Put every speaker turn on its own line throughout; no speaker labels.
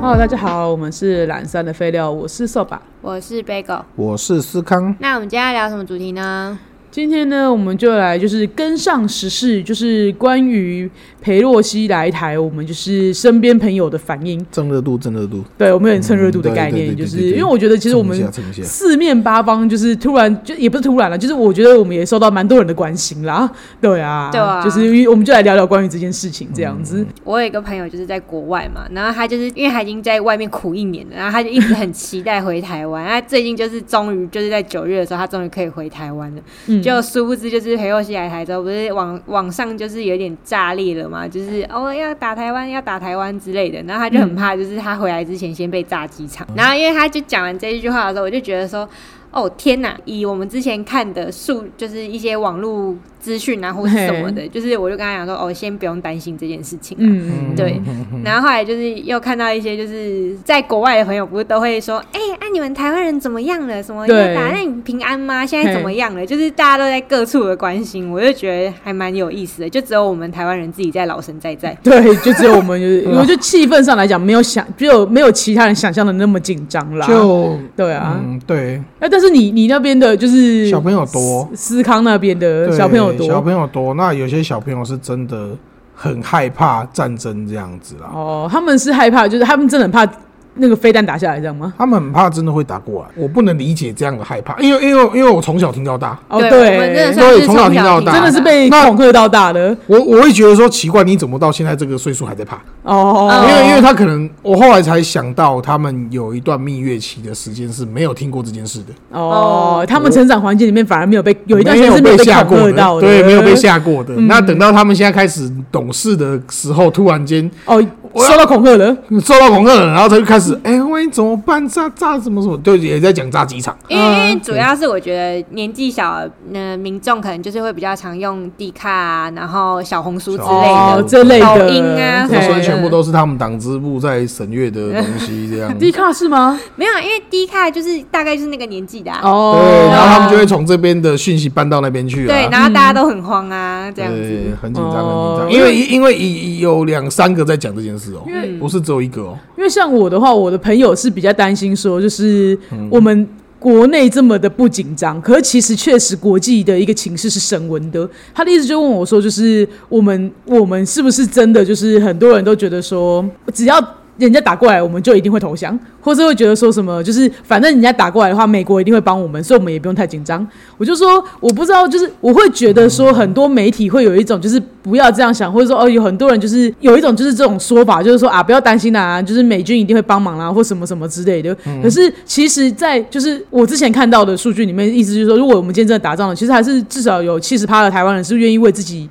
Hello，大家好，我们是懒散的废料，我是扫把。
我是 Bagel。
我是思康，
那我们今天要聊什么主题呢？
今天呢，我们就来就是跟上时事，就是关于裴洛西来台，我们就是身边朋友的反应。
蹭热度，蹭热度，
对，我们有点蹭热度的
嗯对
概念，
对对对
就是
对对
因为我觉得其实我们
蹭一下，蹭一下。
四面八方就是突然就也不是突然了，就是我觉得我们也受到蛮多人的关心啦。对啊，
对啊
就是我们就来聊聊关于这件事情这样子。
我有一个朋友就是在国外嘛，然后他就是因为他已经在外面苦一年了，然后他就一直很期待回台湾。 他最近就是终于就是在九月的时候，他终于可以回台湾了。
嗯
就殊不知就是裴洛西来台之后，不是网网上就是有点炸裂了嘛，就是哦要打台湾，要打台湾之类的。然后他就很怕，就是他回来之前先被炸机场。然后因为他就讲完这一句话的时候，我就觉得说。哦天哪！以我们之前看的数，就是一些网络资讯啊，或是什么的，就是我就跟他讲说，哦，先不用担心这件事情啊、
嗯，
对，然后后来就是又看到一些就是在国外的朋友，不是都会说，哎、啊你们台湾人怎么样了？什么
对
要打？那你平安吗？现在怎么样了？就是大家都在各处的关心，我就觉得还蛮有意思的。就只有我们台湾人自己在老神在在。
对，就只有我们就是，我觉得气氛上来讲，没有想，只有没有其他人想象的那么紧张啦。
就
对啊，
嗯，对，
那、但是你你那边的就是
小朋友多，
思康那边的
对
小朋友多，
小朋友多。那有些小朋友是真的很害怕战争这样子啦，
哦，他们是害怕，就是他们真的很怕那个飞弹打下来，这样吗？
他们很怕真的会打过来。我不能理解这样的害怕，因为因为因为我从小听到大，
哦，
我们真的
所
算
以
是
从小
小
听到大
真的是被
那
恐吓到大的
我我会觉得说奇怪，你怎么到现在这个岁数还在怕？
哦
嗯。
因为因为他可能我后来才想到，他们有一段蜜月期的时间是没有听过这件事的，
哦，他们成长环境里面反而没有被有一段时间
没有
是没
被
被
吓
恐
过
吓到的，嗯
对，没有被吓过的。那等到他们现在开始懂事的时候，突然间
哦，
我要
受到恐吓了。
受到恐吓了，然后他就开始，哎、万一怎么办？炸炸什么什么？对，也在讲炸机场。
因为
嗯
因为主要是我觉得年纪小的，呃，民众可能就是会比较常用 D 卡啊，然后小红书之类的。
哦，这类的
抖音啊
这
对
所以
对
全部都是他们党支部在审阅的东 西，这样
D 卡是吗？
没有，因为 D 卡就是大概就是那个年纪的、啊。
哦，
对，然后他们就会从这边的讯息搬到那边去、啊。
嗯
对，然后大家都很慌啊，这样子。
对，很紧张，
哦
很紧张，因为因为已有两三个在讲这件事哦、不是只有一个哦、
因为像我的话，我的朋友是比较担心说，就是我们国内这么的不紧张，可是其实确实国际的一个情势是升温的。他的意思就问我说，就是我们我们是不是真的就是很多人都觉得说，只要人家打过来，我们就一定会投降，或是会觉得说什么，就是反正人家打过来的话，美国一定会帮我们，所以我们也不用太紧张。我就说，我不知道，就是我会觉得说，很多媒体会有一种就是不要这样想，或者说哦，有很多人就是有一种就是这种说法，就是说啊，不要担心啦、就是美军一定会帮忙啦、啊或什么什么之类的。
嗯
可是其实，在就是我之前看到的数据里面，意思就是说，如果我们今天真的打仗了，其实还是至少有七十趴的台湾人是愿意为自己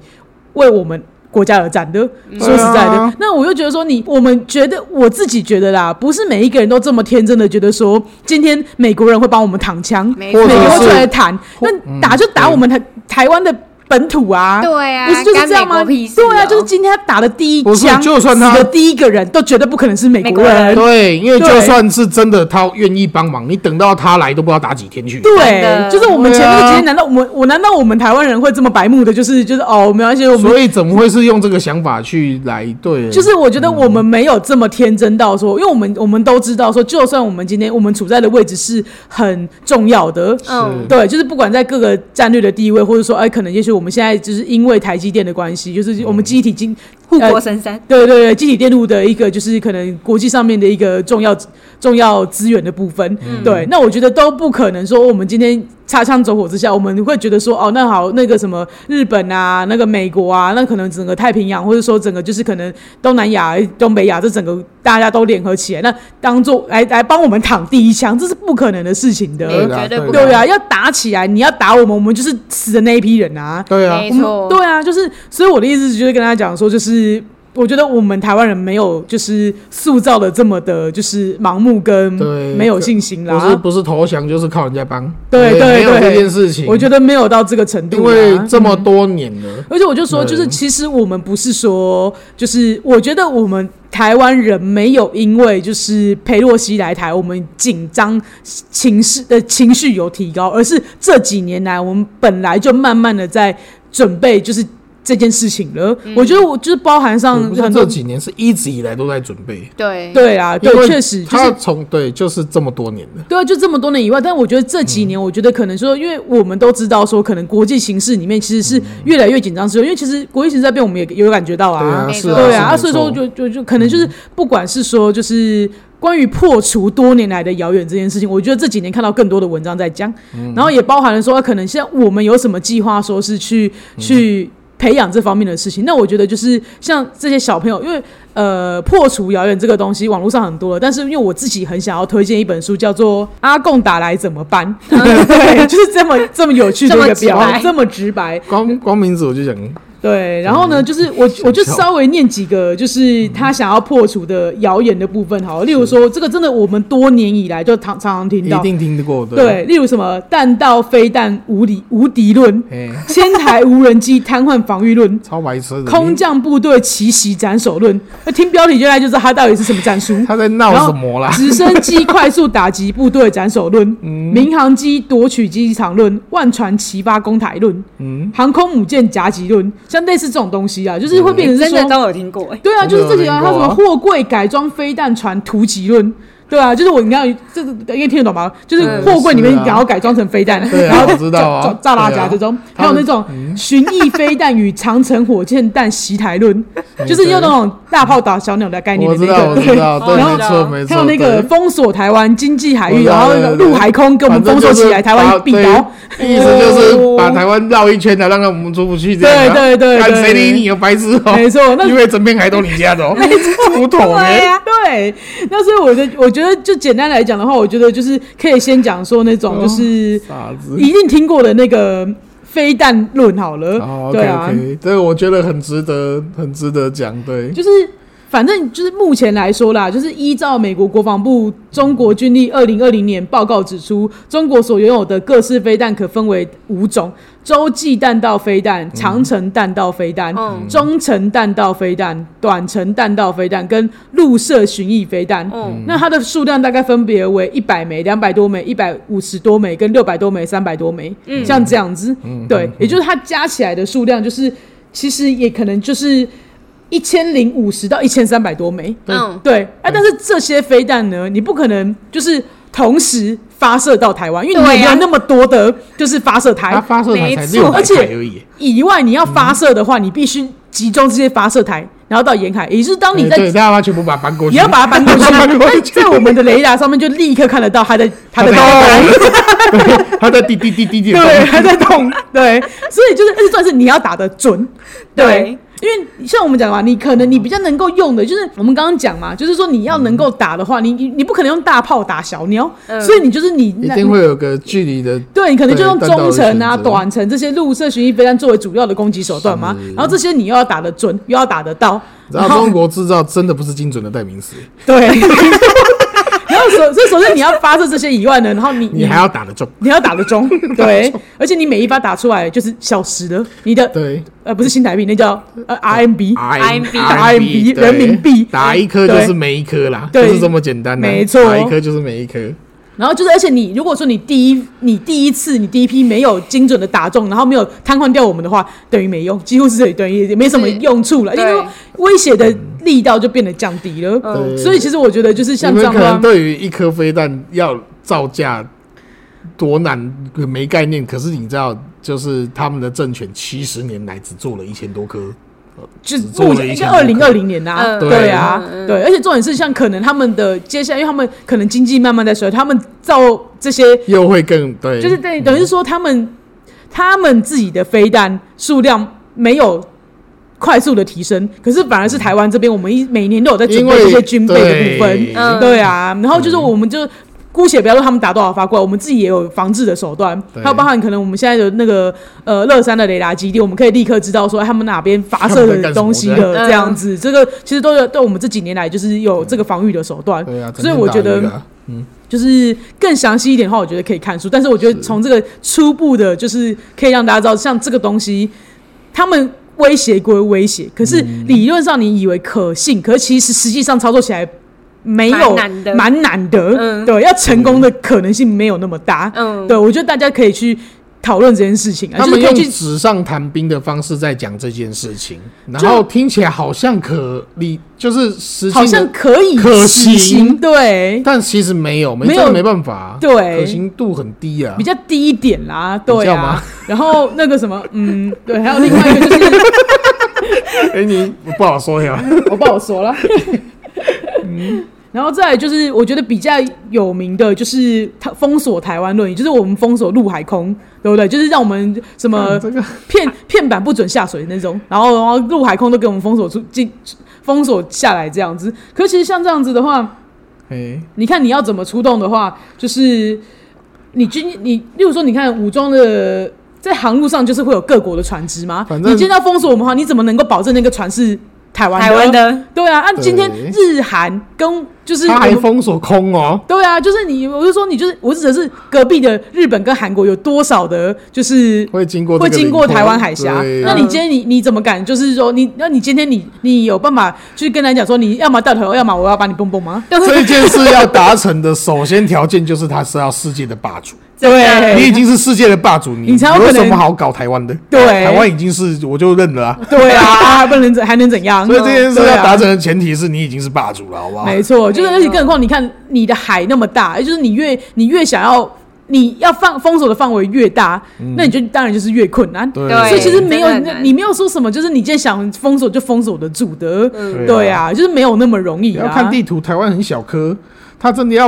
为我们。国家而战的，说实在的，
对啊
那我又觉得说你，我们觉得我自己觉得啦，不是每一个人都这么天真的觉得说，今天美国人会帮我们躺枪，美
没错
国
或者嗯是
出来谈，那打就打我们台台湾的本土啊，
对啊，
不是就是这样
干美
吗？
国屁事
对啊，
哦
就是今天他打的第一
不是
枪，
就算他
死的第一个人都绝对不可能是美
美
国
国人
人，
对，因为
嗯对
就算是真的，他愿意帮忙，你等到他来都不知道打几天去。
真
对，
的
就是我们前面
对啊
今天难道我们我难道我们台湾人会这么白目的？就是就是哦，没关系，我们
所以怎么会是用这个想法去来对？
就是我觉得我们没有这么天真到说，因为我们我们都知道说，就算我们今天我们处在的位置是很重要的，
嗯
是
对，就是不管在各个战略的地位，或者说哎，可能也许我们现在就是因为台积电的关系，就是我们集体经
护
呃
国神山。
对对对，集体电路的一个就是可能国际上面的一个重要重要资源的部分。对，那我觉得都不可能说我们今天擦枪走火之下，我们会觉得说哦，那好，那个什么日本啊，那个美国啊，那可能整个太平洋，或者说整个就是可能东南亚、东北亚这整个大家都联合起来，那当做来来帮我们躺第一枪，这是不可能的事情
没
的。
对啊
哎绝对不
啊
对啊，要打起来，你要打我们，我们就是死的那一批人啊。
对啊，
没
我们
错，
对啊，就是，所以我的意思就是跟他讲说，就是我觉得我们台湾人没有就是塑造的这么的，就是盲目跟
对
没有信心
不是
啦。
不是投降就是靠人家帮。
对对
没有
对
这件事情，
我觉
得
得啊没有到这个程
因
度啦，
为这么多年了，
而且我就说，就是
对
其实我们不是说，就是我觉得我们台湾人没有因为就是裴洛西来台，我们紧张情绪的情绪有提高，而是这几年来我们本来就慢慢的在准备，就是这件事情了。我觉得我就是包含上
也嗯不是
嗯很多
这几年是一直以来都在准备，
对
对啊，
因
对，
为
确实就是
他从对就是这么多年了。
对啊，就这么多年以外，但我觉得这几年，我觉得可能说，因为我们都知道说，可能国际形势里面其实
嗯
是越来越紧张之后，因为其实国际形势在变，我们也有感觉到
对啊，
啊，
没
是
错
对
啊，
啊，所
是没
以说
错
就就就可能就是不管是说就是。关于破除多年来的谣言这件事情，我觉得这几年看到更多的文章在讲，然后也包含了说，啊可能现在我们有什么计划，说是去、去培养这方面的事情。那我觉得就是像这些小朋友，因为呃，破除谣言这个东西，网络上很多了，但是因为我自己很想要推荐一本书，叫做《阿贡打来怎么办》，对，就是这么这么有趣的一个
这么直
表
白，
这么直白，
光光名字我就想，
对，然后呢，就是我 我就稍微念几个，就是他想要破除的谣言的部分，好了，例如说这个真的我们多年以来就常常常听
一
到，
定听得过的。
对，例如什么弹道飞弹无理无敌 论，
嘿，
千台无人机瘫痪防御 论，
哎超白痴的。
空
你
降部队奇袭斩首论，那听标题就来就知道他到底是什么战术。
他在闹什么啦？嗯
直升机快速打击部队斩首 论，民航机夺取机场论，万船齐发攻台论，
嗯
航空母舰夹击论，像类似这种东西啊，就是会变成是
真的
说
都有听过哎，
对啊，就是这几个啊，
真的
他什
有听过
么
啊
货柜改装飞弹船突击论。对啊，就是我，你看这个应该听得懂吧？就是
嗯
货柜里面
是啊
然后改装成飞弹，
对啊
然后
我知道啊
炸炸炸大
对
家
啊
这种，还
他
有
们嗯
那种巡弋飞弹与长城火箭弹袭台 论，就是用那种大炮打小鸟的概念
我
的那
知
个。
道，哎我
对。
知道，对，
然后
没错，没错。
还有那个
对
封锁台湾经济海域，
我知道
然后那个
对对对
陆海空给我们
反
封锁
正就是
起来，台湾
把
一柄
对
刀。
意思就是把台湾绕一圈的，让我们出不去这样啊。
对对对
看
对
谁理你有白痴哦？
没错那
因为整片海都你家的哦， 不懂
对啊
哎。
呀、对。那所以我的，我觉得就简单来讲的话，我觉得就是可以先讲说那
哦
种就是
傻子。
一定听过的那个飞弹论好了，
哦
对
，OK
啊
OK，这个我觉得很值得，很值得讲。对，
就是。反正就是目前来说啦，就是依照美国国防部中国军力二零二零年报告指出，中国所拥有的各式飞弹可分为五种：洲际弹道飞弹、
嗯
长程弹道飞弹、
哦
嗯
中程弹道飞弹、短程弹道飞弹跟陆射巡弋飞弹。
嗯，
那它的数量大概分别为一百枚、两百多枚、一百五十多枚、跟六百多枚、三百多枚，
嗯
像这样子，对，也就是它加起来的数量，就是其实也可能就是一千零五十到一千三百多枚，
对
嗯，
对，哎、但是这些飞弹呢，你不可能就是同时发射到台湾，因为你
对
也没有
啊
那么多的，就是发射台，
他发射台才
没错
六百
而且
台而已。
以外，你要发射的话，你必须集中这些发射台，然后到沿海，也就是当哦你
哎
在
对，大家全部把它搬 过去，
你要把它搬过去，
搬过
但
去
在我们的雷达上面就立刻看得到它 在它在
他在
动，
动，他在滴滴滴滴滴，
对， 它在动，对，所以就是，而且算是你要打得准，对
对。
因为像我们讲的嘛，你可能你比较能够用的，就是我们刚刚讲嘛，就是说你要能够打的话，
嗯
你你你不可能用大炮打小鸟，
嗯
所以你就是你
一
那
定会有个距离的。
对，你可能就
对
用
弹道
中
的
程啊、
选择
短程这些陆射巡弋飞弹作为主要的攻击手段嘛。然后这些你又要打得准，又要打得到，
然后中国制造真的不是精准的代名词，
对。 然后首，所以首先你要发射这些以外呢，然后你
你还要打得中。
你要打得 中，对，而且你每一发打出来就是小时的，你的
对
呃不是新台币，那叫呃 RMB，
RMB
RMB
对
人民币
打一颗就是没一颗啦，就
对
是这么简单啦。啊
没错
打一颗就是没一颗。
然后就是，而且你如果说你第一你第一次你第一批没有精准的打中，然后没有瘫痪掉我们的话，等于没用，几乎是等于也没什么
是
用处了，因
对
为威胁的力道就变得降低了。
嗯
对
所以其实我觉得就是像
你
这
们
样
可
的
能
话，
对于一颗飞弹要造价多难没概念，可是你知道，就是他们的政权七十年来只做了一千多颗，
就
只做
目
了
前
一
应该
千
二
多
零
颗
二零年啊，
嗯
对啊
对，嗯
对，而且重点是像可能他们的接下来，因为他们可能经济慢慢在衰退，他们造这些
又会更对，
就是等等于是说他们他们自己的飞弹数量没有快速的提升，可是反而是台湾这边我们一每年都有在准
因
备这
为
些军备的部
对
分，
嗯
对啊，然后就是我们就。姑且不要说他们打多少发过来，我们自己也有防治的手段，
对
还有包含可能我们现在的那个呃乐山的雷达基地，我们可以立刻知道说哎他们哪边发射
他们在
的
干什么
东西
对
的
嗯
这样子，这个其实都有对我们这几年来就是有这个防御的手段，
嗯
对啊，
所以我觉得
整天打鱼啊
就是更详细一点的话，我觉得可以看书。但是我觉得从这个初步的，就是可以让大家知道，像这个东西，他们威胁归威胁，可是
嗯
理论上你以为可信，可是其实实际上操作起来没有
蛮难的
蛮难的。
嗯
对，要成功的可能性没有那么大。
嗯
对，我觉得大家可以去。讨论这件事情啊，
他们
就是
用
可以去
纸上谈兵的方式在讲这件事情，然后听起来好像可理，就是实际
好像可以
可
实行，
行
对，
但其实没有，没
没有
真的没办法，
对
可行度很低啊
比。较低一点啦，对
知道
啊
吗。
然后那个什么，嗯，对，还有另外一个就是
哎，你不好 说呀。
我不好说了。嗯然后再来就是，我觉得比较有名的就是他封锁台湾论，也就是我们封锁陆海空，对不对？就是让我们什么
这个
片片板不准下水的那种，然后然后陆海空都给我们封锁出进封锁下来这样子。可其实像这样子的话，
哎，
你看你要怎么出动的话，就是你军你，例如说你看武装的。在航路上就是会有各国的船只嘛，
反
你
正
今天要封锁我们的话，你怎么能够保证那个船是台湾
台湾的
对啊，按、
对
今天日韩跟就是
他还
我们
封锁空哦，
对啊，就是你，我就说你就是，我指的是隔壁的日本跟韩国有多少的，就是
会经过这
会
个
经过
领空
台湾海峡。
对
那你今天你你怎么敢？就是说你，那你今天你你有办法去跟他讲说，你要么掉头，要么我要把你蹦蹦吗？
这件事要达成的首先条件就是他是要世界的霸主，你已
对，
经是世界的霸主，你
你才有可能
有什么好搞台湾的？
对
台湾已经是我就认了啊。
对啊，啊不能怎还能怎样？
所以这件事
对
要
啊
达成的前提是你已经是霸主了，好不好？
没错，啊就是
没
而且
错
更何况，你看你的海那么大，也就是你越你越想要，你要放封锁的范围越大，那你就当然就是越困难。
嗯对
对
所以其实没有
真的很难
你没有说什么，就是你今天想封锁就封锁得住的，
嗯
对啊，就是没有那么容易
你
啊。
要看地图，台湾很小颗，他真的要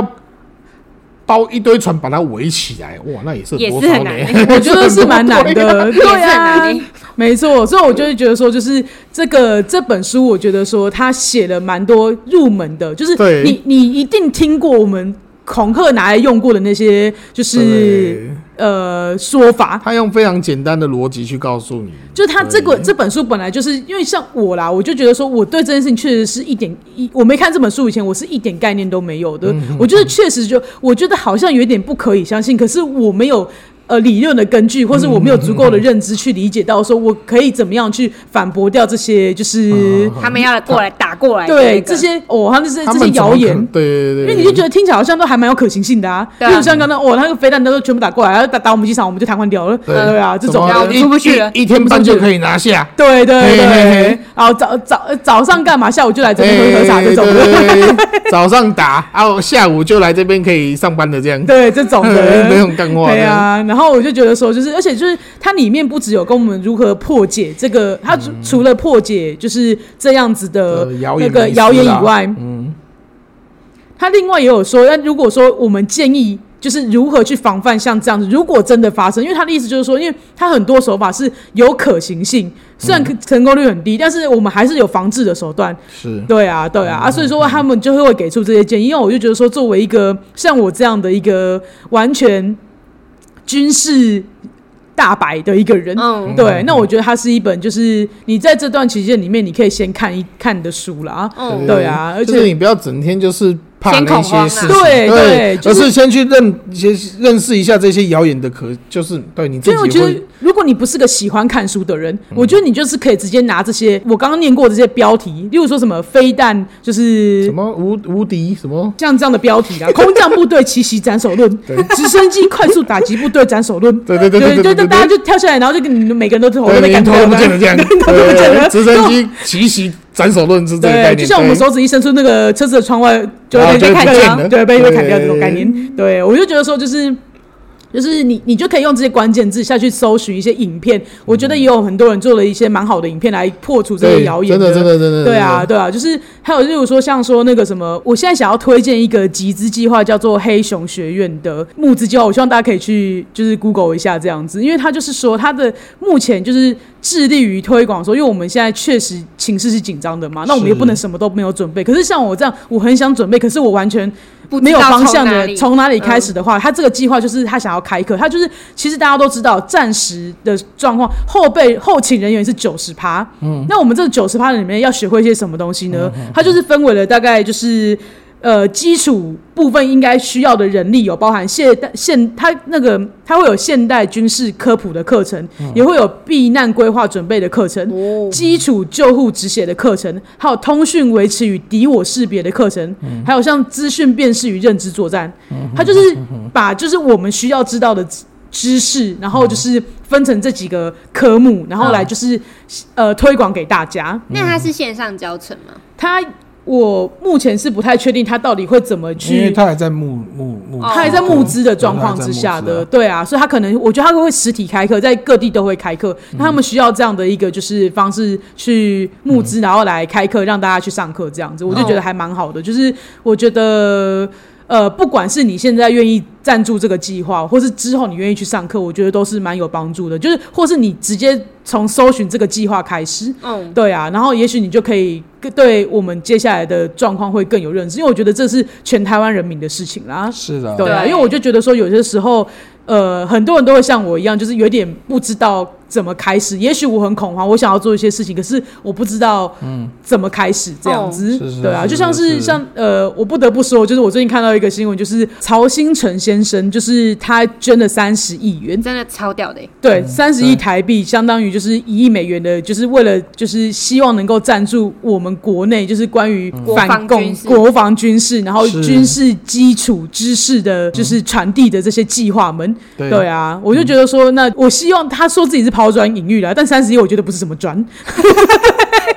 包一堆船把它围起来，哇，那也是
也
多
是
少
很难 啊
呢？
我觉得是蛮难 的，
也是很
啊对
难
啊
欸，
没错，所以我就会觉得说，就是这个这本书，我觉得说他写了蛮多入门的，就是
对
你你一定听过我们恐吓拿来用过的那些，就是
对
呃说法，
他用非常简单的逻辑去告诉你，
就是他这个
对
这本书本来就是因为像我啦，我就觉得说我对这件事情确实是一点一，我没看这本书以前我是一点概念都没有的。
嗯
我觉得确实就我觉得好像有点不可以相信，可是我没有呃理论的根据，或是我没有足够的认知去理解到说我可以怎么样去反驳掉这些
嗯
就是、
他们要过来打过来的那个，
对这些哦，他们这些
他
这
们
些
怎么
谣
可
言
能。对对对，
因为你就觉得听起来好像都还蛮有可行性的啊，
对啊
例如像刚刚哦，那个飞弹都全部打过来，然后打打我们机场，我们就瘫痪掉了，
对
对啊，这
怎
种
么
啊我们
一
出不去了
一一天半就可以拿下。
对对
嘿嘿
对
嘿，
然后早早早上干嘛，下午就 来这边喝喝茶
哎
这种
对
的，
对对对早上打，啊，我下午就来这边可以上班的这样，
对这种 的，
没有干话
对
的。
啊，然后我就觉得说，就是而且就是它里面不只有跟我们如何破解这个，它
嗯
除除了破解就是这样子的
呃谣
那
言
个
迷思
谣言
啦
以外，
嗯，
他另外也有说，那如果说我们建议就是如何去防范像这样子，如果真的发生，因为他的意思就是说，因为他很多手法是有可行性，虽然
嗯
可成功率很低，但是我们还是有防治的手段。
是
对啊，对啊，啊，所以说他们就会给出这些建议，因为我就觉得说，作为一个像我这样的一个完全军事大白的一个人，
嗯
对，那我觉得它是一本就是你在这段期间里面，你可以先看一看的书了啊。
嗯，
对啊而且
就是你不要整天就是怕
先
那
恐慌
些
啊
事情，
对对
对，
就是
而是先去认先认识一下这些谣言的可，就是对你自
所以我觉
己
得
会，嗯
如果你不是个喜欢看书的人，我觉得你就是可以直接拿这些我刚刚念过的这些标题，例如说什么飞弹，就是
什么无无敌什么，
像这样的标题啦，空降部队奇袭斩首论，直升机快速打击部队斩首论，
对对对
对
对对对
大家就跳下来，然后就跟你们每个人都头都
对，
被
连
砍
头
掉
都不
了
见了 这样，
头都不见了
对，直升机奇袭斩首论是这个概
对，
念，
就像我们手指一伸出那个车子的窗外，就
然
会
后
被
啊就
砍
不见
掉，
了
对，被被砍掉这
对
种概念。对，我就觉得说就是。就是你，你就可以用这些关键字下去搜寻一些影片，我觉得也有很多人做了一些蛮好的影片来破除这
对
些谣言
真的真的真的，
对啊，
真的，
对啊，就是还有，例如说像说那个什么，我现在想要推荐一个集资计划，叫做黑熊学院的募资计划，我希望大家可以去就是 Google 一下这样子，因为它就是说它的目前就是致力于推广说，因为我们现在确实情势是紧张的嘛，那我们
是
也不能什么都没有准备。可是像我这样，我很想准备，可是我完全
不知
没有
道
方
从
向
哪
的，
里哦嗯
从哪里开始的话，他这个计划就是他想要开课，他就是其实大家都知道，暂时的状况，后备后勤人员是九十趴，嗯，那我们这九十趴里面要学会一些什么东西呢？他就是分为了大概就是。呃，基础部分应该需要的人力有包含现代现，他那个他会有现代军事科普的课程，也会有避难规划准备的课程，
哦
基础救护止血的课程，还有通讯维持与敌我识别的课程，
嗯
还
嗯
有像资讯辨识与认知作战，它就是把就是我们需要知道的。知识，然后就是分成这几个科目，然后来就是、呃推广给大家。
那它是线上教程吗？
他我目前是不太确定他到底会怎么
因为
去。啊
他还在募募募，
哦
他还在募资的状况之下的，对啊，所以他可能，我觉得他会实体开课，在各地都会开课。那他们需要这样的一个就是方式去募资，然后来开课，让大家去上课这样子，我就觉得还蛮好的。就是我觉得，呃，不管是你现在愿意赞助这个计划，或是之后你愿意去上课，我觉得都是蛮有帮助的。就是或是你直接从搜寻这个计划开始，
嗯，
对啊，然后也许你就可以更对我们接下来的状况会更有认识，因为我觉得这是全台湾人民的事情啦。
是的，
对 啊，
对
因为我就觉得说，有些时候，呃，很多人都会像我一样，就是有点不知道怎么开始。也许我很恐慌，我想要做一些事情，可是我不知道怎么开始，这样子。
是是
对啊，
嗯哦是
就像
是
是
是
像呃，我不得不说，就是我最近看到一个新闻，就是曹新成先生，就是他捐了三十亿元，
真的超屌的 欸，
对，三十亿
嗯对
台币相当于就是一亿美元的，就是为了就是希望能够赞助我们国内就是关于
国防
反共
军、事
国防军事，然后
嗯是嗯
军事基础知识的，就是传递的这些计划们。
对
对啊，我就觉得说，那我希望他说自己是抛砖引玉啦，但三十亿我觉得不是什么砖。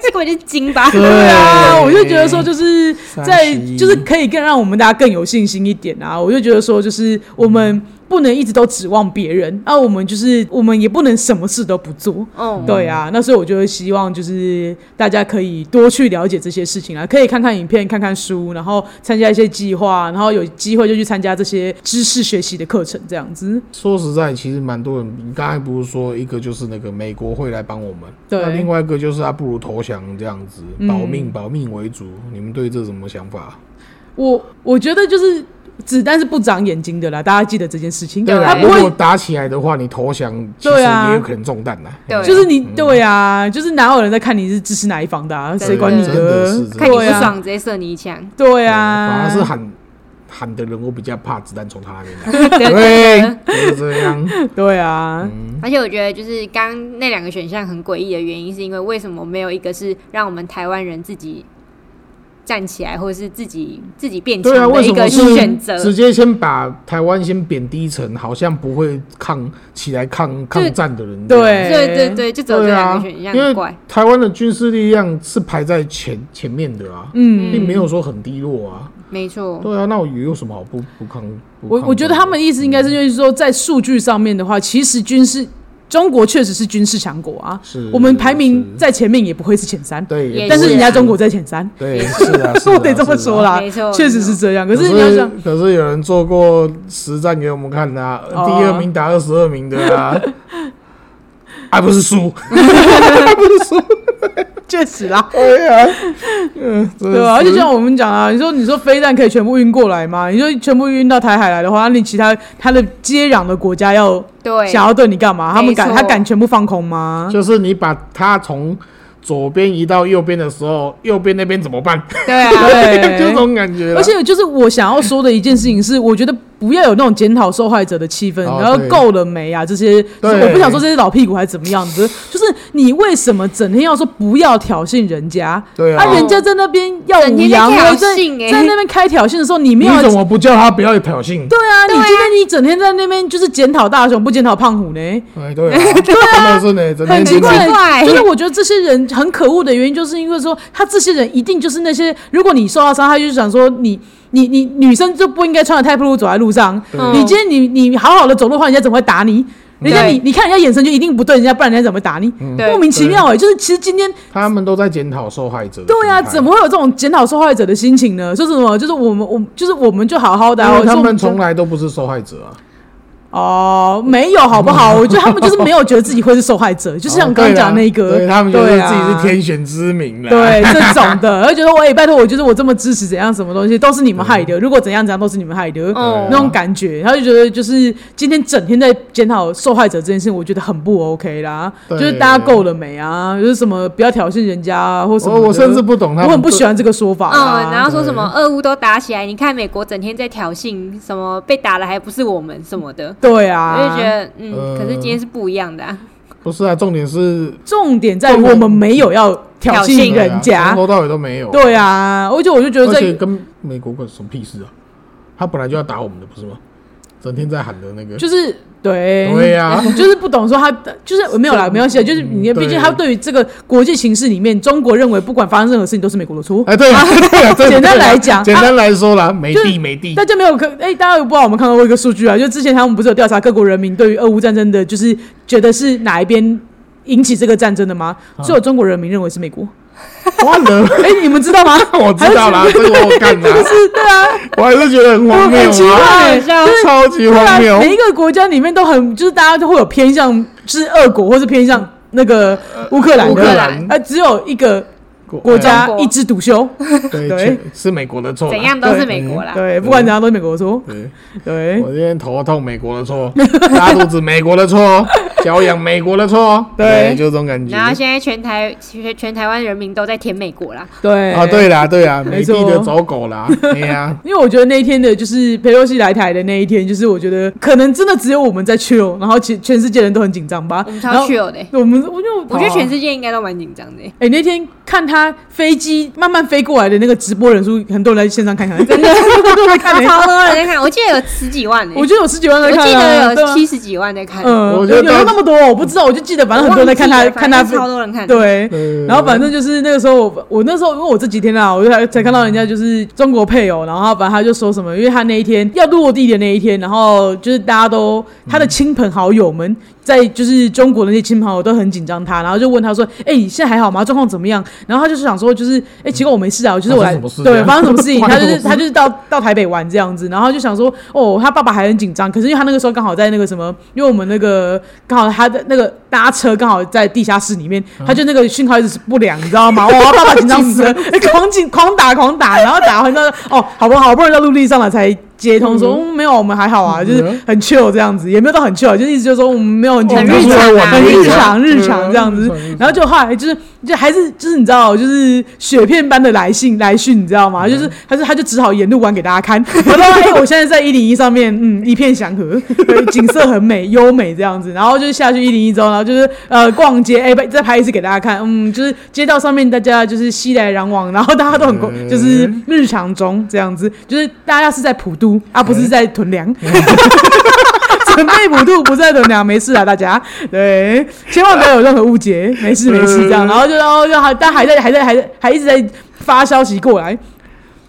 这个我就惊吧。
对啊，我就觉得说就是在
31
就是可以更让我们大家更有信心一点啊！我就觉得说，就是我们不能一直都指望别人，那、我们就是我们也不能什么事都不做。
哦，
对啊，那所以我就会希望就是大家可以多去了解这些事情啊，可以看看影片、看看书，然后参加一些计划，然后有机会就去参加这些知识学习的课程，这样子。
说实在，其实蛮多人，你刚才不是说一个就是那个美国会来帮我们，
对
那另外一个就是啊，不如投降这样子，
嗯
保命保命为主。你们对这什么想法？
我我觉得就是子弹是不长眼睛的啦，大家记得这件事情，
对
它
啦，
不
如
会
果打起来的话，你投降其实
对啊
也有可能中弹呐。
对
就是你对啊，就是哪有人在看你是支持哪一方的啊？
对
谁管你
真
的是这
看你不
对啊
爽，直接射你一枪。
对
反而是
啊，
喊喊的人，我比较怕子弹从他那边来。
对对
对
对，
就是这样。
对啊，
而且我觉得就是刚刚那两个选项很诡异的原因，是因为为什么没有一个是让我们台湾人自己站起来，或者是自己自己变强
对啊，
的
为
一
什
个
么是
选择？
直接先把台湾先贬低成好像不会抗起来抗抗战的人？
对
对对对，就只有这
对
两
啊
个，选项，
因为
很怪。
台湾的军事力量是排在前前面的啊，
嗯。
并没有说很低落啊。
没错，
对啊，那我也有什么好不不抗？不
我
抗
我觉得他们的意思应该是就是说，在数据上面的话，其实军事中国确实是军事强国啊，
是
我们排名
是
在前面也不会是前三，
对，
也
但是
是
人家
啊
中国在前三，
对是啊，是啊
我得这么说。啦
没错，
确实是这样。可
是啊
是你要想，
可是有人做过实战给我们看的啊，
哦
第二名打二十二名的 啊，还不是输？
确实 啦，
哎呀，嗯，真
啊
的
对啊，而且
是
就像我们讲啊，你说你说飞弹可以全部运过来吗？你说全部运到台海来的话，那你其他它的接壤的国家要
对，
想要对你干嘛？他们敢
没
他
错
敢全部放空吗？
就是你把它从左边移到右边的时候，右边那边怎么办？
对啊，
对
就这种感觉啦。
而且就是我想要说的一件事情是，我觉得不要有那种检讨受害者的气氛，
哦
然后
对
够了没啊？这些就是
对
我不想说这些老屁股还怎么样子，就是你为什么整天要说不要挑衅人家？
对啊
啊，人家在那边耀
整
武
天在
扬威，
挑
在
衅欸
在那边开挑衅的时候，你没
你
有
怎么不叫他不要挑衅？
对啊，你今天你整天在那边就是检讨大雄，不检讨胖虎呢？
哎，对啊，真的是呢，真的
很
是
奇怪
很奇怪，
就是我觉得这些人很可恶的原因，就是因为说他这些人一定就是那些，如果你受到伤害，就是想说你你你女生就不应该穿的太暴露走在路上。
嗯
你今天你你好好的走路的话，人家怎么会打你？人家
对
你你看人家眼神就一定不对，人家不然人家怎么会打你？
嗯
对
莫名其妙哎、就是其实今天
他们都在检讨受害者的心态。
对呀、怎么会有这种检讨受害者的心情呢？就是什么？就是我们我们就是我们就好好的、啊，
因
我
为他
说我
们
就
从来都不是受害者啊。
哦，没有好不好？我觉得他们就是没有觉得自己会是受害者，就是像
哦
刚刚讲
对啦
那个，
对他们觉得自己
啊
是天选之明了。
对啊这种 的，而觉得我哎也、拜托，我觉得我这么支持怎样什么东西都是你们害
嗯
的，如果怎样怎样都是你们害的。
哦
那种感觉，他就觉得就是今天整天在检讨受害者这件事，我觉得很不 OK 啦。就
对
是大家够了没啊？就是什么不要挑衅人家啊，或什么
我
的
我甚至不懂他
我
们
很不
对
喜欢这个说法啦。
啊
嗯，然后说什么俄乌都打起来，你看美国整天在挑衅，什么被打了还不是我们什么的，
对
我
啊，
就觉得嗯，
呃
可是今天是不一样的啊，
不是啊，重点是啊
重点在于我们没有要挑
挑
衅
衅
人家
从。头到尾都没有。
对啊，而且我就觉得
而
在
且跟美国关什么屁事啊？他本来就要打我们的，不是吗？整天在喊的那个，
就是对
对啊呀
我 就是不懂说他就是没有啦，没关系，啊就是你
啊嗯对
毕竟他对于这个国际形势里面，中国认为不管发生任何事情都是美国的错。
哎，对啊，对啊，对啊
简单来讲
简单来说啦，没
就是
地没地
大，家没有看，哎、大家有不知道我们看到过一个数据啊，就之前他们不是有调查各国人民对于俄乌战争的，就是觉得是哪一边引起这个战争的吗？
啊
只有中国人民认为是美国。
完了，
哎、你们知道吗？
我知道啦，这个我干啦，
是对啊，
我还是觉得很荒
很奇
谬啊，
怪、
好笑
就是
超级
对
荒
啊，
谬，
每一个国家里面都很，就是大家都会有偏向，是俄国或是偏向那个乌克兰
乌
的，
克兰
呃，只有一个国
国
家
中国
一枝独秀，
对
对
全是美国的错啦，
怎样都是美国啦。
对，不管怎样都是美国说，
对。
对
我今天头痛，美国的错；拉肚子，美国的 错；脚痒，美国的错。
对
就这种感觉。
然后现在全台全全台湾人民都在舔美国啦，
对
啊，对啦，对啦，
没
美帝
错
的走狗啦，哎 呀，
因为我觉得那一天的就是佩洛西来台的那一天，就是我觉得可能真的只有我们在 chill，然后全全世界人都很紧张吧。
嗯我们
然
超
后
chill 的欸。
我们我就
我觉得全
界。
世界应该都蛮紧张的欸，
哎、那天看他飞机慢慢飞过来的那个直播人数，很多人在线上看 看，真的，看欸
超多人在看，我记得有十几万呢，
我觉得有十几万
我
在看、啊，
记得
对
有
啊
七十几万在看，
嗯，
我
有
觉得
有
大家
那么多，我不知道，我就记得，反正很多人在看
我忘
他
记了
看他
反正超多人看，，
对。
呃
然后反正就是那个时候我，我那时候因为我这几天啊，我就才才看到人家就是中国配偶，然后反正他就说什么，因为他那一天要落地的那一天，然后就是大家都他的亲朋好友们在就是中国的那些亲朋好友都很紧张他，然后就问他说：“哎、你现在还好吗？状况怎么样？”然后他就是想说，就是哎、奇怪，我没事啊，我就是我来
发生什么事
对发生什么 事情，
发
他
生
就是
什么事
他就是到到台北玩这样子，然后就想说哦，他爸爸还很紧张，可是因为他那个时候刚好在那个什么，因为我们那个刚好他的那个搭车刚好在地下室里面，他就那个讯号一直是不良，你知道吗？哇、他爸爸嗯 紧张死了，哎狂紧狂打狂打，然后打完之后哦，好不好不容易到陆地上了才。接通说、嗯没有，我们还好啊，就是
嗯
很 chill 这样子，也没有到很 chill，就是意思啊就是哦说我们嗯没
哦
有很紧
很
张，
日常啊
很日
日
常
常
日常这样子
嗯日常日。常
然后就后来就是就还是就是你知道，就是雪片般的来信来讯，你知道吗？就是他是他就只好沿路玩给大家看。 我说哎，我现在在一零一上面，嗯，一片祥和，对景色很美优美这样子。然后就下去一零一之后，然后就是呃逛街，哎，再拍一次给大家看，嗯，就是街道上面大家就是熙来攘往，然后大家都很
嗯
就是日常中这样子，就是大家是在普渡，而、不是在屯粮。 准备补度不在等量，没事啊，大家对，千万不要有任何误解，没事没事这
嗯
样，然后就然后就还但还在还在还在还一直在发消息过来。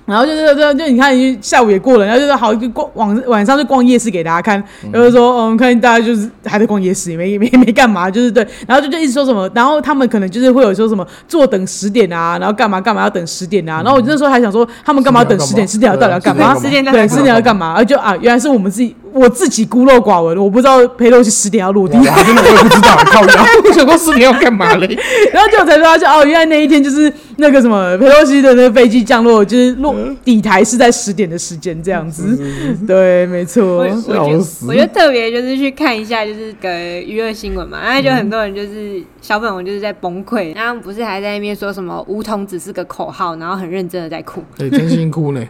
然后就是就就你看，下午也过了，然后就是哦好就逛晚晚上就逛夜市给大家看，就是说嗯，看大家就是还在逛夜市，也没也没也没干嘛，就是
嗯
对，然后就就一直说什么，然后他们可能就是会有说什么坐等十点啊，然后干嘛干嘛要等十点啊，然后我那时候还想说他们干嘛要等十点，十点要到底要干嘛？
十点到底
对，
要干嘛
十点要干嘛？而就啊，原来是我们自己，我自己孤陋寡闻，我不知道裴洛西十点要落地，
我还真的我也不知道，靠腰，我想说四年要干嘛嘞？
然后结果才发现哦，原来那一天就是那个什么裴洛西的那个飞机降落，就是落底台是在十点的时间这样子，对，没
我
错
我，觉
笑
得
死
我觉得特别就是去看一下就是个娱乐新闻嘛，然后就
嗯
很多人就是小粉红就是在崩溃，然后不是还在那边说什么梧桐只是个口号，然后很认真的在哭，
对，真心哭 呢，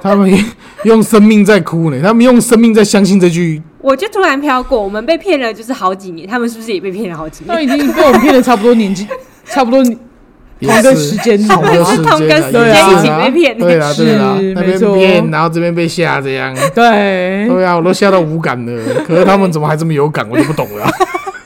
他们用生命在哭呢，他们用生命在相信这句，
我就突然飘过，我们被骗了就是好几年，他们是不是也被骗了好几
他
年？
们已经被我们骗了差不多年纪，差不多同一个时间
同个
是
时间
同个
啊
时
间
也是
一起
啊
被骗
对啦对啦
是，
那
没
边
错
骗，然后这边被吓这样。
对，
对啊，我都吓到无感 了。可是他们怎么还这么有感，我就不懂了啊。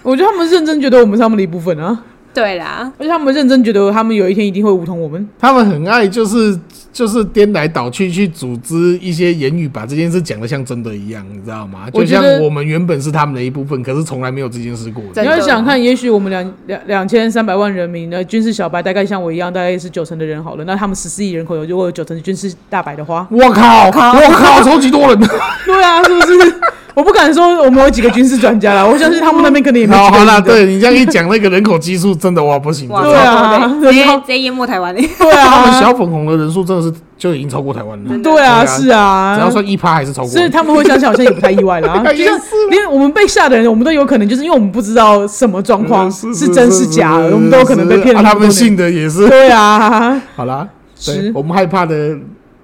我觉得他们认真觉得我们是他们的一部分啊，
对啦，
而且他们认真觉得他们有一天一定会无痛我们，
他们很爱就是就是颠来倒去去组织一些言语，把这件事讲的像真的一样，你知道吗？
我
就
觉
像
得
我们原本是他们的一部分，可是从来没有这件事过。，
真
你
的
要想看，也许我们两两两千三百万人民呢，军事小白大概像我一样，大概是九成的人好了。那他们十四亿人口有，如果有九成是军事大白的话
我靠！我靠！超级多人。
对啊，是不是？我不敢说我们有几个军事专家啦，我相信他们那边可能也没
好
几个
好
人
啦，
的。
对你这样一讲，那个人口基数真的哇不行。
哇，
真
对
的
啊
超多欸的直
然
接
后
直接淹没台湾嘞！欸
对
他们
啊，
小粉红的人数真的是就已经超过台湾了。
对啊，
对啊
是
只要
啊。
算一趴还是超过。哎
所以他们会想想，好像也不太意外 啦。就
也
像
是啦
连我们被吓的人，我们都有可能，就是因为我们不知道什么状况
是
是真是假的，我们都有可能被骗了
啊
那
他
么多
们
年。
信的也是。
对啊，
好啦，对
是，
我们害怕的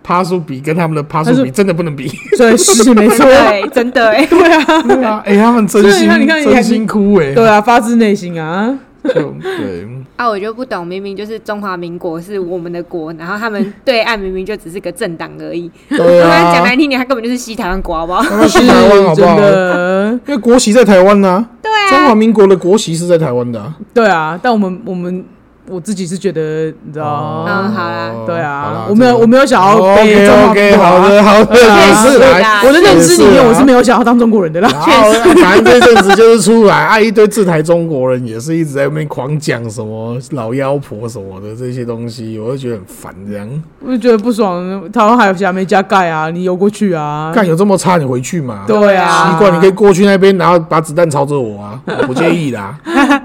趴数比跟他们的趴
但
数
是
比真的不能比。
所以是没 错。
啊
对，真的 哎，
对啊，
对啊，哎、他们真
所以你
心
看你看你还
真心哭哎、
对啊，发自内心啊。
就对，
啊，我就不懂，明明就是中华民国是我们的国，然后他们对岸明明就只是个政党而已。
对
他妈讲
啊，
难听点，他根本就是西台湾国，好不好？
他们去 台湾好不
真
好？
的，
因为国旗在台湾呐、
对
中华
啊，
民国的国旗是在台湾的、啊。
对啊，但我们我们我自己是觉得，你知
哦
道，
嗯好啦
对
好啦
啊，我没有我没有想要被
哦 OK
中华民
OK，
国啊
好的好的，
啊
没事来，
是
我的认知里面，我是
没。
没有想要当中国人的啦。
然后反正这阵子就是出来， 啊，一堆自台中国人也是一直在那边狂讲什么老妖婆什么的这些东西，我就觉得很烦。这样，
我就觉得不爽，台湾海峡没加盖啊，你游过去啊？
看有这么差，你回去嘛？
对啊，
习惯你可以过去那边，然后把子弹朝着我 啊，我不介意的啊。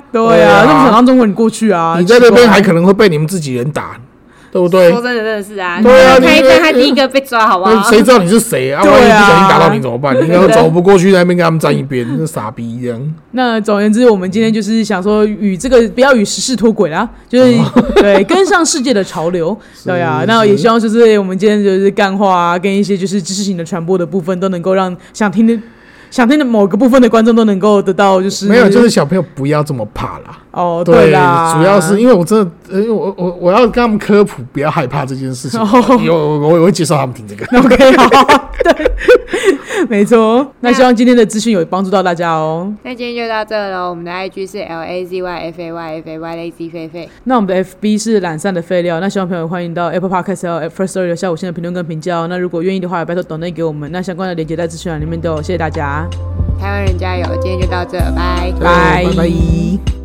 对
对啊
啊，那么想当中国人，你过去啊？
你在那边
奇怪
还可能会被你们自己人打，对不对
说？真的，真的是啊，
对啊
开
你
战他第一个被抓，好不
那
好？
谁知道你是谁啊？
对
万
啊
一不小心打到你怎 么办？你应该会走不过去，在那边跟他们站一边，那傻逼这样。
那总而言之，我们今天就是想说，与这个不要与时事脱轨啦，就是
哦
对跟上世界的潮 流，对啊。那也希望就是我们今天就是干话啊，跟一些就是知识型的传播的部分，都能够让想听的。想听的某个部分的观众都能够得到，就是
没有，就是小朋友不要这么怕啦。
哦，
对
啦，
主要是因为我真的，呃，因为我我我要跟他们科普，不要害怕这件 事情。
哦
有我我我会介绍他们听这个。
OK，好，哦对， 没错。那希望今天的资讯有帮助到大家哦。
那今天就到这喽，我们的 IG 是 L A Z Y F A Y F A Y Lazy 菲菲，
那我们的 FB 是懒散的废料，那希望朋友欢迎到 Apple Podcast 和 First Story 留下五星的评论跟评价哦。那如果愿意的话，也拜托 Donate 给我们，那相关的链接在资讯栏里面都有。谢谢大家，
台湾人加油！今天就到这，拜。
拜
拜拜。